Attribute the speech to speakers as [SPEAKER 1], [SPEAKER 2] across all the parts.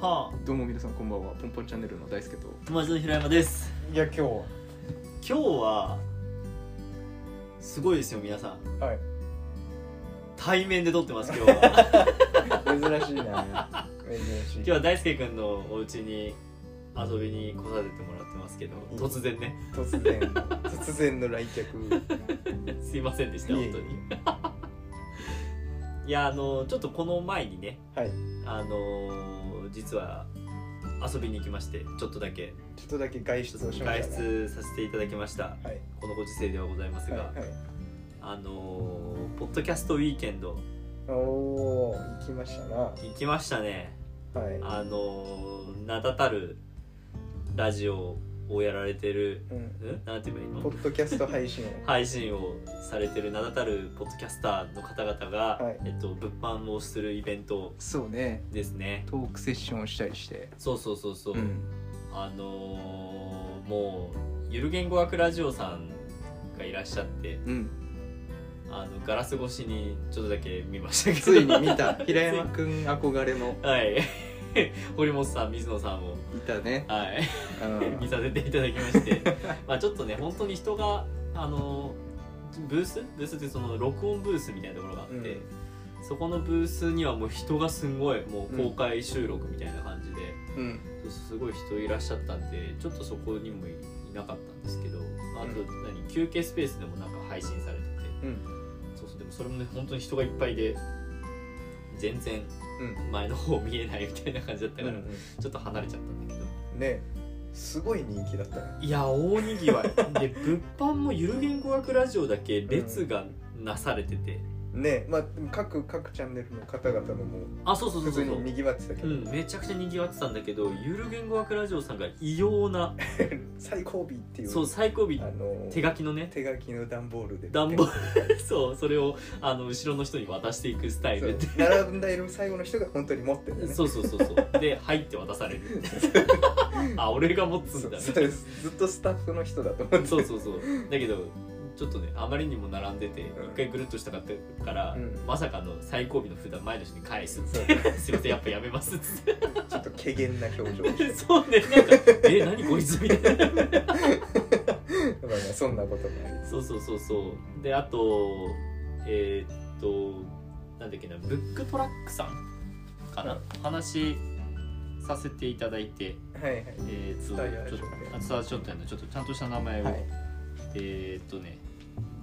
[SPEAKER 1] は
[SPEAKER 2] どうも皆さんこんばんはポンポンチャンネルの大輔と
[SPEAKER 1] あ友達の平山です
[SPEAKER 3] いや今日はい
[SPEAKER 1] 今日はすごいですよ皆さん対面で撮ってます今日 は
[SPEAKER 3] 珍しいな珍しい
[SPEAKER 1] 今日は大輔君のお家に遊びに来させてもらってますけど
[SPEAKER 3] うん
[SPEAKER 1] 突然ね
[SPEAKER 3] 突然突然の来客
[SPEAKER 1] すいませんでした本当に いやあのちょっとこの前にね
[SPEAKER 3] はい
[SPEAKER 1] あの実は遊びに行きましてちょっとだけ
[SPEAKER 3] ちょっとだけ外
[SPEAKER 1] ち
[SPEAKER 3] 出
[SPEAKER 1] ょっと
[SPEAKER 3] をしま
[SPEAKER 1] 外
[SPEAKER 3] した、ね、
[SPEAKER 1] 出させていただきました
[SPEAKER 3] はい
[SPEAKER 1] このご時世ではございますが、
[SPEAKER 3] はいはい
[SPEAKER 1] あのーポッドキャストウィーケンド
[SPEAKER 3] おおー行きましたなは
[SPEAKER 1] 行きましたね
[SPEAKER 3] い
[SPEAKER 1] あのー名だたるラジオをやられてる
[SPEAKER 3] うん
[SPEAKER 1] んなんて言えばいい
[SPEAKER 3] ポ
[SPEAKER 1] の
[SPEAKER 3] ッドキャスト配信を
[SPEAKER 1] 配信をされてる名だたるポッドキャスターの方々が、
[SPEAKER 3] はい
[SPEAKER 1] えっと、物販をするイベント
[SPEAKER 2] そうね
[SPEAKER 1] ですね
[SPEAKER 2] トークセッションをしたりして
[SPEAKER 1] そうそうそうそう、
[SPEAKER 2] ん
[SPEAKER 1] あのーもうゆる言語学ラジオさんがいらっしゃって
[SPEAKER 2] うん
[SPEAKER 1] あのガラス越しにちょっとだけ見ましたけど
[SPEAKER 2] ついに見た平山くん憧れの
[SPEAKER 1] はい。堀本さん、水野さんを、
[SPEAKER 2] いたね
[SPEAKER 1] はい、
[SPEAKER 2] うん
[SPEAKER 1] 見させていただきまして、 まあちょっとね、本当に人が、あの、ブースブースってその録音ブースみたいなところがあって、
[SPEAKER 3] うん
[SPEAKER 1] そこのブースにはもう人がすごい、もう公開収録みたいな感じで、
[SPEAKER 2] うん
[SPEAKER 1] そうすごい人いらっしゃったんで、ちょっとそこにもいなかったんですけど、まあ、あと何、休憩スペースでもなんか配信されてて、
[SPEAKER 3] うん
[SPEAKER 1] そうそう、でもそれもね、本当に人がいっぱいで、全然
[SPEAKER 3] うん
[SPEAKER 1] 前の方見えないみたいな感じだったから、
[SPEAKER 3] うん
[SPEAKER 1] ちょっと離れちゃったんだけど
[SPEAKER 3] ねすごい人気だったね
[SPEAKER 1] いや大にぎわいで物販もゆる言語学ラジオだけ列がなされてて、
[SPEAKER 3] ねまあでも各各チャンネルの方々のも
[SPEAKER 1] あそうそうそ
[SPEAKER 3] 普
[SPEAKER 1] うそ
[SPEAKER 3] 通
[SPEAKER 1] う
[SPEAKER 3] に賑わってたけ
[SPEAKER 1] う
[SPEAKER 3] ど、
[SPEAKER 1] ん、めちゃくちゃにぎわってたんだけどゆる言語学ラジオさんが異様な
[SPEAKER 3] 最後尾っていう
[SPEAKER 1] そう最後尾
[SPEAKER 3] あの
[SPEAKER 1] 手書きのね
[SPEAKER 3] 手書きの段ボールで
[SPEAKER 1] 段ボール そうそれをあの後ろの人に渡していくスタ イ
[SPEAKER 3] そ
[SPEAKER 1] ル
[SPEAKER 3] う
[SPEAKER 1] で
[SPEAKER 3] 並んでいる最後の人が本当に持ってるんだね
[SPEAKER 1] そうそうそうそうで入って渡 されるあ俺が持つんだみ
[SPEAKER 3] そ
[SPEAKER 1] たいな
[SPEAKER 3] うずっとスタッフの人だと思って
[SPEAKER 1] そうそうそうだけどちょっとねあまりにも並んでて一
[SPEAKER 3] うん
[SPEAKER 1] 回ぐるっとしたかったから、
[SPEAKER 3] うん
[SPEAKER 1] まさかの最後尾の札前の人に返すっ
[SPEAKER 3] そう
[SPEAKER 1] て すいませんやっぱやめますっつっ
[SPEAKER 3] ちょっと怪げな表 情をして
[SPEAKER 1] てそうねなんか「 え何こいつ」みたいな
[SPEAKER 3] まあまあそんなこともあり
[SPEAKER 1] そうそうそうそうであとえーっとなんだっけなブックトラックさんかな、
[SPEAKER 3] うん
[SPEAKER 1] 話させていただいて
[SPEAKER 3] はいはい
[SPEAKER 1] えーっと
[SPEAKER 3] スタイアー
[SPEAKER 1] ちょっ
[SPEAKER 3] 商店
[SPEAKER 1] とあスタイアー商店のちょっとちゃんとした名前を、
[SPEAKER 3] はい
[SPEAKER 1] えー、っとね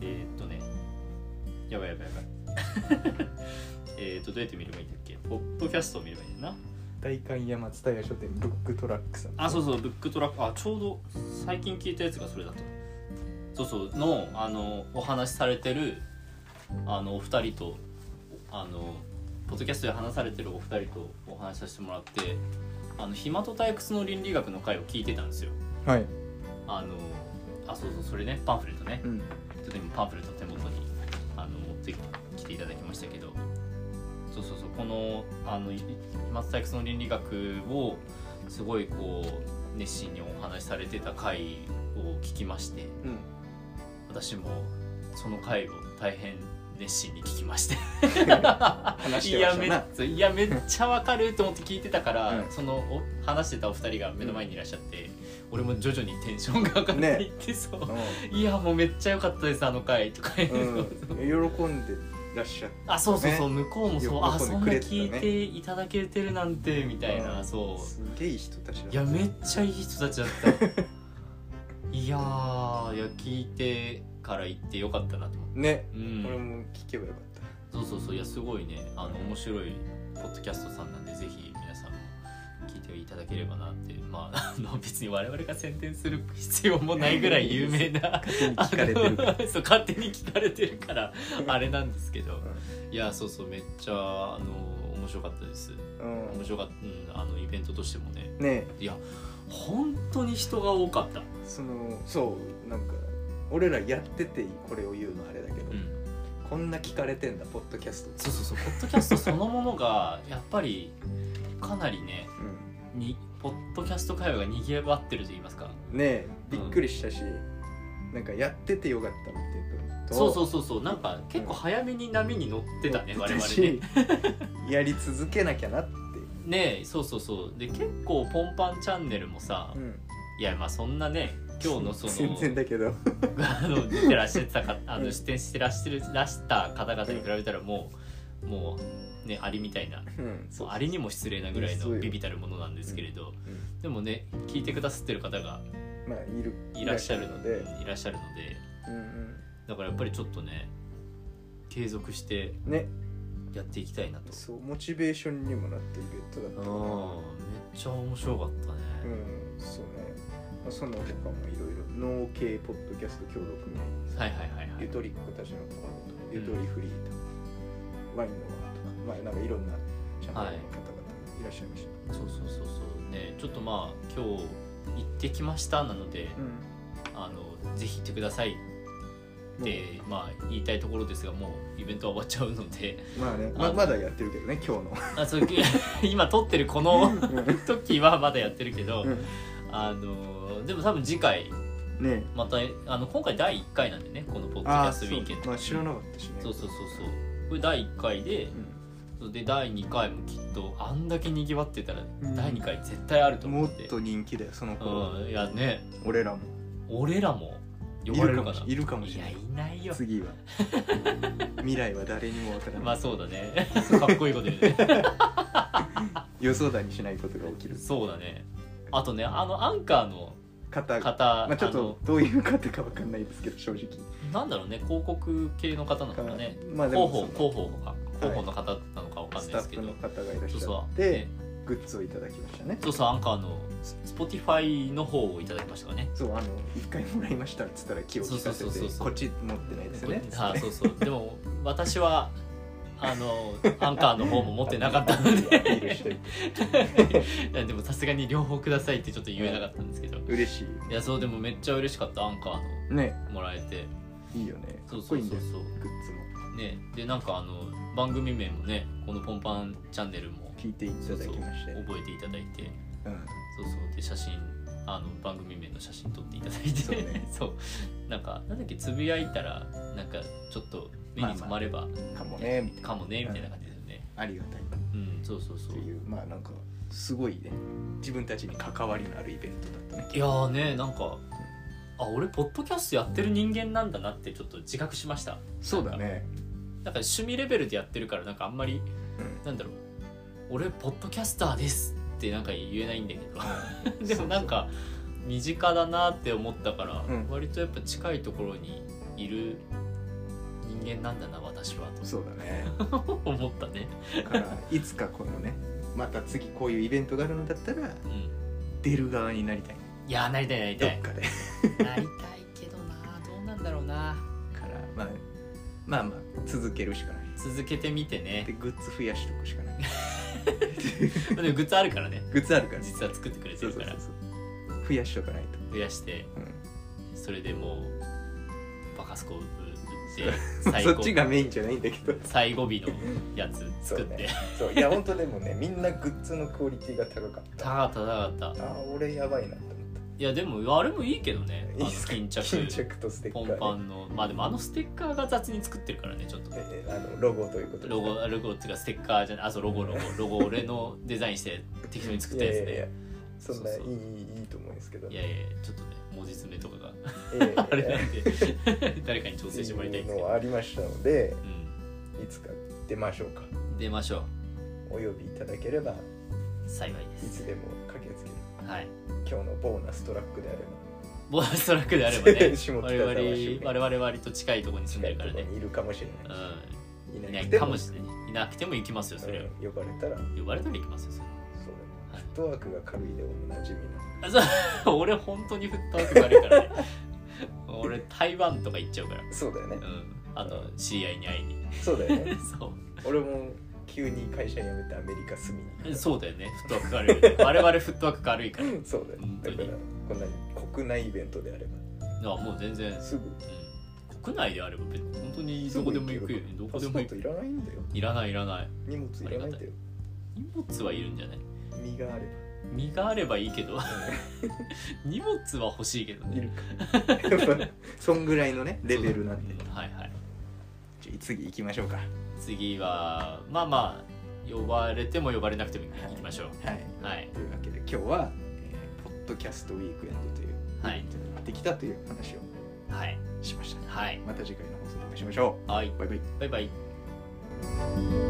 [SPEAKER 1] えー、っとねやばいやばいやばい えーっとどうやって見ればいいんだっけポッドキャストを見ればいいんだな
[SPEAKER 3] 大観山蔦屋書店ブックトラックさん
[SPEAKER 1] あそうそうブックトラックあちょうど最近聞いたやつがそれだとそうそうのあのお話しされてるあのお二人とあのポッドキャストで話されてるお二人とお話しさせてもらってあの暇と退屈の倫理学の回を聞いてたんですよ
[SPEAKER 2] はい
[SPEAKER 1] あのあそうそうそれねパンフレットね、
[SPEAKER 2] うん
[SPEAKER 1] ちょっと今パンフレット手元にあの持ってきていただきましたけどそうそうそうこのあのい松田育の倫理学をすごいこう熱心にお話しされてた回を聞きまして
[SPEAKER 2] うん
[SPEAKER 1] 私もその回を大変熱心に聞きまして
[SPEAKER 2] 話し
[SPEAKER 1] い
[SPEAKER 2] てま
[SPEAKER 1] や
[SPEAKER 2] した
[SPEAKER 1] め
[SPEAKER 2] な
[SPEAKER 1] そういやめっちゃわかると思って聞いてたから、
[SPEAKER 2] うん
[SPEAKER 1] そのお話してたお二人が目の前にいらっしゃって、俺も徐々にテンションが上がっていって、そういやもうめっちゃ良かったですあの回とか言う
[SPEAKER 3] う
[SPEAKER 1] の、
[SPEAKER 3] ん喜んでらっしゃっ
[SPEAKER 1] あそうそうそう、向こうもそうあ
[SPEAKER 3] 喜んで
[SPEAKER 1] そんな
[SPEAKER 3] くれてたね
[SPEAKER 1] 聞いていただけてるなんてみたいな、
[SPEAKER 3] うん
[SPEAKER 1] そ
[SPEAKER 3] たすげえいい人たちだ
[SPEAKER 1] う
[SPEAKER 3] っ
[SPEAKER 1] い
[SPEAKER 3] た
[SPEAKER 1] やめっちゃいい人たちだった いやーいや聞いてから行ってよかったなと思って
[SPEAKER 3] ね
[SPEAKER 1] う
[SPEAKER 3] 俺
[SPEAKER 1] ん
[SPEAKER 3] も聞けばよかっ
[SPEAKER 1] そうそうそういやすごいねあの面白いポッドキャストさんなんでぜひ皆さんも聞いていただければなってまああの別に我々が宣伝する必要もないぐらい有名な
[SPEAKER 2] 勝手に聞かれてる
[SPEAKER 1] あの そう勝手に聞かれてるからあれなんですけど、いやそうそうめっちゃあの面白かったです
[SPEAKER 3] たう
[SPEAKER 1] 面白かった、うん、あのイベントとしてもね
[SPEAKER 3] んね
[SPEAKER 1] いや本当に人が多かった、
[SPEAKER 3] そのそうなんか俺らやっててこれを言うのあれだけど
[SPEAKER 1] うん、
[SPEAKER 3] こんな聞かれてんだポッドキャスト
[SPEAKER 1] そうそうそうポッドキャストそのものが やっぱりかなりね
[SPEAKER 3] うん
[SPEAKER 1] にポッドキャスト界隈がにぎわってると言いますか
[SPEAKER 3] ねえびっくりしたしなんかやっててよかったっていうと
[SPEAKER 1] そうそうそうそうなんか結構早めに波に乗ってたね、我々ね
[SPEAKER 3] やり続けなきゃなって
[SPEAKER 1] ねそうそうそうで結構「ポンパンチャンネル」もさ、
[SPEAKER 3] うん、
[SPEAKER 1] いやまあそんなね今日のその
[SPEAKER 3] 全然だけど
[SPEAKER 1] あの出てらっしゃってたかあ
[SPEAKER 3] う
[SPEAKER 1] の
[SPEAKER 3] ん
[SPEAKER 1] 出演してらっしゃるらした方々に比べたらもうもうねアリみたいな
[SPEAKER 3] うん
[SPEAKER 1] そうアリにも失礼なぐらい
[SPEAKER 3] そう
[SPEAKER 1] の
[SPEAKER 3] よ
[SPEAKER 1] ビビたるものなんですけれど、
[SPEAKER 3] うん
[SPEAKER 1] でもね聞いてくださってる方が
[SPEAKER 3] まあいる
[SPEAKER 1] いらっしゃるので
[SPEAKER 3] いらっし
[SPEAKER 1] いらっしゃるので
[SPEAKER 3] ゃるので
[SPEAKER 1] だからやっぱりちょっとね継続して
[SPEAKER 3] うんうんね
[SPEAKER 1] やっていきたいなと
[SPEAKER 3] そうモチベーションにもなってイベントだった
[SPEAKER 1] あ
[SPEAKER 3] から
[SPEAKER 1] ーめっちゃ面白かったね、
[SPEAKER 3] うんそうね、まあ、その他もいろいろ農系ポッドキャスト協同組合
[SPEAKER 1] はいはいはいは
[SPEAKER 3] ゆ
[SPEAKER 1] い
[SPEAKER 3] とりっ子たちのコラボとかゆとりフリーとか、ワインの輪とかまあなんかいろんなチャンネルの方々がいらっしゃいました、
[SPEAKER 1] そうそうそうそうねちょっとまあ今日行ってきましたなのであのぜひ行ってください
[SPEAKER 3] うん
[SPEAKER 1] って、まあ、言いたいところですがもうイベントは終わっちゃうので
[SPEAKER 3] まあね
[SPEAKER 1] あ
[SPEAKER 3] ま
[SPEAKER 1] の
[SPEAKER 3] まだやってるけどね今日の
[SPEAKER 1] あそう 今撮ってるこ
[SPEAKER 3] う
[SPEAKER 1] の
[SPEAKER 3] ん
[SPEAKER 1] 時はまだやってるけど、
[SPEAKER 3] うん
[SPEAKER 1] あのでも多分次回
[SPEAKER 3] ね
[SPEAKER 1] またあの今回第1回なんでねこのポッドキ
[SPEAKER 3] あ
[SPEAKER 1] ャ
[SPEAKER 3] あ
[SPEAKER 1] ス
[SPEAKER 3] そ
[SPEAKER 1] トウィーケン
[SPEAKER 3] う、
[SPEAKER 1] ド
[SPEAKER 3] まあ、知らなかったしね
[SPEAKER 1] そうそうそうそうこれ第1回でで第2回もきっとあんだけにぎわってたら
[SPEAKER 3] うん
[SPEAKER 1] 第2回絶対ある
[SPEAKER 3] う
[SPEAKER 1] と
[SPEAKER 3] ん、
[SPEAKER 1] 思
[SPEAKER 3] も
[SPEAKER 1] っ、
[SPEAKER 3] って
[SPEAKER 2] と人気だよその頃
[SPEAKER 1] うん、いやね
[SPEAKER 2] 俺らも
[SPEAKER 1] 俺らも呼
[SPEAKER 2] い
[SPEAKER 1] ばれ
[SPEAKER 2] る
[SPEAKER 1] る
[SPEAKER 2] かも
[SPEAKER 1] かな
[SPEAKER 2] しいるかも
[SPEAKER 1] い
[SPEAKER 2] しれ
[SPEAKER 1] や
[SPEAKER 2] ない
[SPEAKER 1] いないよ
[SPEAKER 2] 次は 未来は誰にもわから
[SPEAKER 1] ま
[SPEAKER 2] な
[SPEAKER 1] あ
[SPEAKER 2] い
[SPEAKER 1] そうだね かっこいいこと言うね
[SPEAKER 2] 予想だにしないことが起きる
[SPEAKER 1] そうだねあとねあのアンカーの
[SPEAKER 3] 方が
[SPEAKER 1] 方、
[SPEAKER 3] まあ、ちょっとどういう方かわかんないですけど正直
[SPEAKER 1] あのなんだろうね広告系の方なのかね
[SPEAKER 3] まあで
[SPEAKER 1] 広
[SPEAKER 3] も
[SPEAKER 1] 報
[SPEAKER 3] その
[SPEAKER 1] 広報か広報の方なのかわかん
[SPEAKER 3] ス
[SPEAKER 1] ない
[SPEAKER 3] タ
[SPEAKER 1] です
[SPEAKER 3] ッ
[SPEAKER 1] け
[SPEAKER 3] フ
[SPEAKER 1] ど、
[SPEAKER 3] の方がいらっ
[SPEAKER 1] そう
[SPEAKER 3] しゃ
[SPEAKER 1] そ
[SPEAKER 3] っ
[SPEAKER 1] う
[SPEAKER 3] て
[SPEAKER 1] ね
[SPEAKER 3] グッズをいただきましたね
[SPEAKER 1] そうそうアンカーの Spotify の方をいただきましたかね
[SPEAKER 3] そうあの1回もらいましたっつったら気を利かせ
[SPEAKER 1] そうそうそう
[SPEAKER 3] て
[SPEAKER 1] そう
[SPEAKER 2] こっち持ってないですよね
[SPEAKER 1] あそうそうでも私はあのアンカーの方も持ってなかったの
[SPEAKER 3] アピールしとい
[SPEAKER 1] で
[SPEAKER 3] て
[SPEAKER 1] い やでもさすがに両方くださいってちょっと言えなかったんですけど
[SPEAKER 2] 嬉し
[SPEAKER 1] いやそうでもめっちゃ嬉しかったアンカーの
[SPEAKER 2] ね
[SPEAKER 1] もらえて
[SPEAKER 2] いいよね
[SPEAKER 1] そう
[SPEAKER 2] こ
[SPEAKER 1] そ
[SPEAKER 2] いういん
[SPEAKER 1] そ
[SPEAKER 2] だ
[SPEAKER 1] う
[SPEAKER 2] よ
[SPEAKER 1] そう
[SPEAKER 2] グッズも
[SPEAKER 1] ねでなんかあの番組名もねこの「ポンパンチャンネル」も
[SPEAKER 2] 聞いていただきまして
[SPEAKER 1] 覚えていただいて
[SPEAKER 2] うん
[SPEAKER 1] そうそうで写真あの番組名の写真撮っていただいて そ,、
[SPEAKER 2] そううね
[SPEAKER 1] なんかなんだっけつぶやいたらなんかちょっと目に留まれば、
[SPEAKER 2] かもねみたいな
[SPEAKER 1] かもねみたいな感じだよね
[SPEAKER 2] ありがたい
[SPEAKER 1] うんそうそうそ
[SPEAKER 2] っ
[SPEAKER 1] う
[SPEAKER 2] ていうまあなんかすごいね自分たちに関わりのあるイベントだったね
[SPEAKER 1] いやーねなんかあ俺ポッドキャストやってる人間なんだなってちょっと自覚しました
[SPEAKER 2] そう
[SPEAKER 1] だ
[SPEAKER 2] ね
[SPEAKER 1] なんか趣味レベルでやってるからなんかあんまりなんだろう俺ポッドキャスターですってなんか言えないんだけど でもなんか身近だなって思ったから、
[SPEAKER 2] うん
[SPEAKER 1] 割とやっぱ近いところにいる人間なんだな私は
[SPEAKER 2] そうだね
[SPEAKER 1] と思ったね、
[SPEAKER 2] だからいつかこのねまた次こういうイベントがあるんだったら
[SPEAKER 1] うん、
[SPEAKER 2] 出る側になりたい
[SPEAKER 1] いやーなりたいなり
[SPEAKER 2] ど
[SPEAKER 1] た
[SPEAKER 2] っ
[SPEAKER 1] い
[SPEAKER 2] かで
[SPEAKER 1] なりたいけどなどうなんだろうな
[SPEAKER 2] からまあまあまあ続けるしかない
[SPEAKER 1] 続けてみて
[SPEAKER 2] で
[SPEAKER 1] ね
[SPEAKER 2] グッズ増やしておくしかない
[SPEAKER 1] でもグッズあるからね
[SPEAKER 2] グッズあるから
[SPEAKER 1] 実は作ってくれて
[SPEAKER 2] そう
[SPEAKER 1] る
[SPEAKER 2] そう
[SPEAKER 1] か
[SPEAKER 2] そ
[SPEAKER 1] ら
[SPEAKER 2] うそう増やしておかないと
[SPEAKER 1] 増やして
[SPEAKER 2] うん
[SPEAKER 1] それでもうバカスコを打って最
[SPEAKER 2] そ
[SPEAKER 1] 後
[SPEAKER 2] っちがメインじゃないんだけど
[SPEAKER 1] 最後尾のやつ作
[SPEAKER 3] そ
[SPEAKER 1] っ
[SPEAKER 3] う
[SPEAKER 1] て、
[SPEAKER 3] ねそういや本当でもねみんなグッズのクオリティが高かった
[SPEAKER 1] 高かった高かった
[SPEAKER 3] あー俺やばいなと思った
[SPEAKER 1] いやでもあれもいいけどねあ
[SPEAKER 3] い
[SPEAKER 1] の
[SPEAKER 3] いっすか
[SPEAKER 1] 巾着
[SPEAKER 3] 巾着とステッカ
[SPEAKER 1] ポ
[SPEAKER 3] ー、
[SPEAKER 1] ン
[SPEAKER 3] ね、
[SPEAKER 1] パンのまあでもあのステッカーが雑に作ってるからねちょっとね
[SPEAKER 3] えあのロゴということですか
[SPEAKER 1] ロゴロゴっていうかステッカーじゃないあそうロゴロゴロゴ俺のデザインして適当に作っ
[SPEAKER 3] い
[SPEAKER 1] た
[SPEAKER 3] や
[SPEAKER 1] や
[SPEAKER 3] い
[SPEAKER 1] つ
[SPEAKER 3] やいや
[SPEAKER 1] で
[SPEAKER 3] そんないうい
[SPEAKER 1] そそう
[SPEAKER 3] いいと思うんですけど
[SPEAKER 1] いやいやいやちょっとね文字詰めとかが
[SPEAKER 3] いやいやいや
[SPEAKER 1] あれなんで 誰かに調整してもらいたいん
[SPEAKER 3] っていうの
[SPEAKER 1] ですけど
[SPEAKER 3] はありましたので
[SPEAKER 1] うん
[SPEAKER 3] いつか出ましょうか
[SPEAKER 1] 出ましょ
[SPEAKER 3] お
[SPEAKER 1] う
[SPEAKER 3] 呼びいただければ
[SPEAKER 1] 幸いで
[SPEAKER 3] い
[SPEAKER 1] す
[SPEAKER 3] つでも駆けつける
[SPEAKER 1] はい
[SPEAKER 3] 今日のボーナストラックであれば
[SPEAKER 1] ボーナストラックであれば
[SPEAKER 3] 下北沢
[SPEAKER 1] ね
[SPEAKER 3] 周
[SPEAKER 1] 我
[SPEAKER 3] 辺
[SPEAKER 1] 々我々割と近いところに住ん
[SPEAKER 3] 近
[SPEAKER 1] でる
[SPEAKER 3] いと
[SPEAKER 1] か
[SPEAKER 3] こ
[SPEAKER 1] ら
[SPEAKER 3] ろ
[SPEAKER 1] ね
[SPEAKER 3] にいるかもしれ
[SPEAKER 1] う
[SPEAKER 3] ない、
[SPEAKER 1] んい
[SPEAKER 3] いな
[SPEAKER 1] ない
[SPEAKER 3] くて
[SPEAKER 1] か
[SPEAKER 3] も
[SPEAKER 1] もしれないいなくても行きますよそれは
[SPEAKER 3] うん呼ばれたら
[SPEAKER 1] 呼ばれたら行きますよそれは
[SPEAKER 3] そうだねフットワークが軽いでおなじみの
[SPEAKER 1] あそう 俺本当にフットワーク悪いからね俺台湾とか行っちゃうから
[SPEAKER 3] そうだよね
[SPEAKER 1] うんあと知り合いに 会いに
[SPEAKER 3] そうだよね
[SPEAKER 1] そ
[SPEAKER 3] 俺も急に会社辞めてアメリカ住みに行くか
[SPEAKER 1] う
[SPEAKER 3] ら
[SPEAKER 1] そうだよねフットワーク悪いよね我々フットワーク軽いか
[SPEAKER 3] そうだよ
[SPEAKER 1] 本当
[SPEAKER 3] だ
[SPEAKER 1] に
[SPEAKER 3] からこんなに国内イベントであれば
[SPEAKER 1] らあもう全然、うん
[SPEAKER 3] すぐ
[SPEAKER 1] 国内であれば別に本当にどこでも行くよねどこで
[SPEAKER 3] パス
[SPEAKER 1] も行
[SPEAKER 3] ポ
[SPEAKER 1] く
[SPEAKER 3] ートいらないんだよ
[SPEAKER 1] いらないいらない
[SPEAKER 3] 荷物いらないんだよ
[SPEAKER 1] 荷物はいるんじゃない
[SPEAKER 3] 身があれ
[SPEAKER 1] 身があればいいけ ど荷物は欲しいけど
[SPEAKER 3] ばい
[SPEAKER 1] ね
[SPEAKER 3] るか
[SPEAKER 2] そんぐらいのねレベルなんで
[SPEAKER 1] そううんはいはい
[SPEAKER 2] じゃあ次行きましょうか
[SPEAKER 1] 次はまあまあ呼ばれても呼ばれなくても
[SPEAKER 3] はい
[SPEAKER 1] 行きましょう
[SPEAKER 3] はい
[SPEAKER 1] はい
[SPEAKER 3] というわけで今日は、えーポッドキャストウィークエンドという
[SPEAKER 1] は
[SPEAKER 3] イ
[SPEAKER 1] い
[SPEAKER 3] ベントになってきたという話を
[SPEAKER 1] はい
[SPEAKER 3] しました、
[SPEAKER 1] はい
[SPEAKER 3] また次回の放送でお会いしましょ
[SPEAKER 1] はいう
[SPEAKER 3] バイバイ
[SPEAKER 1] バイバイ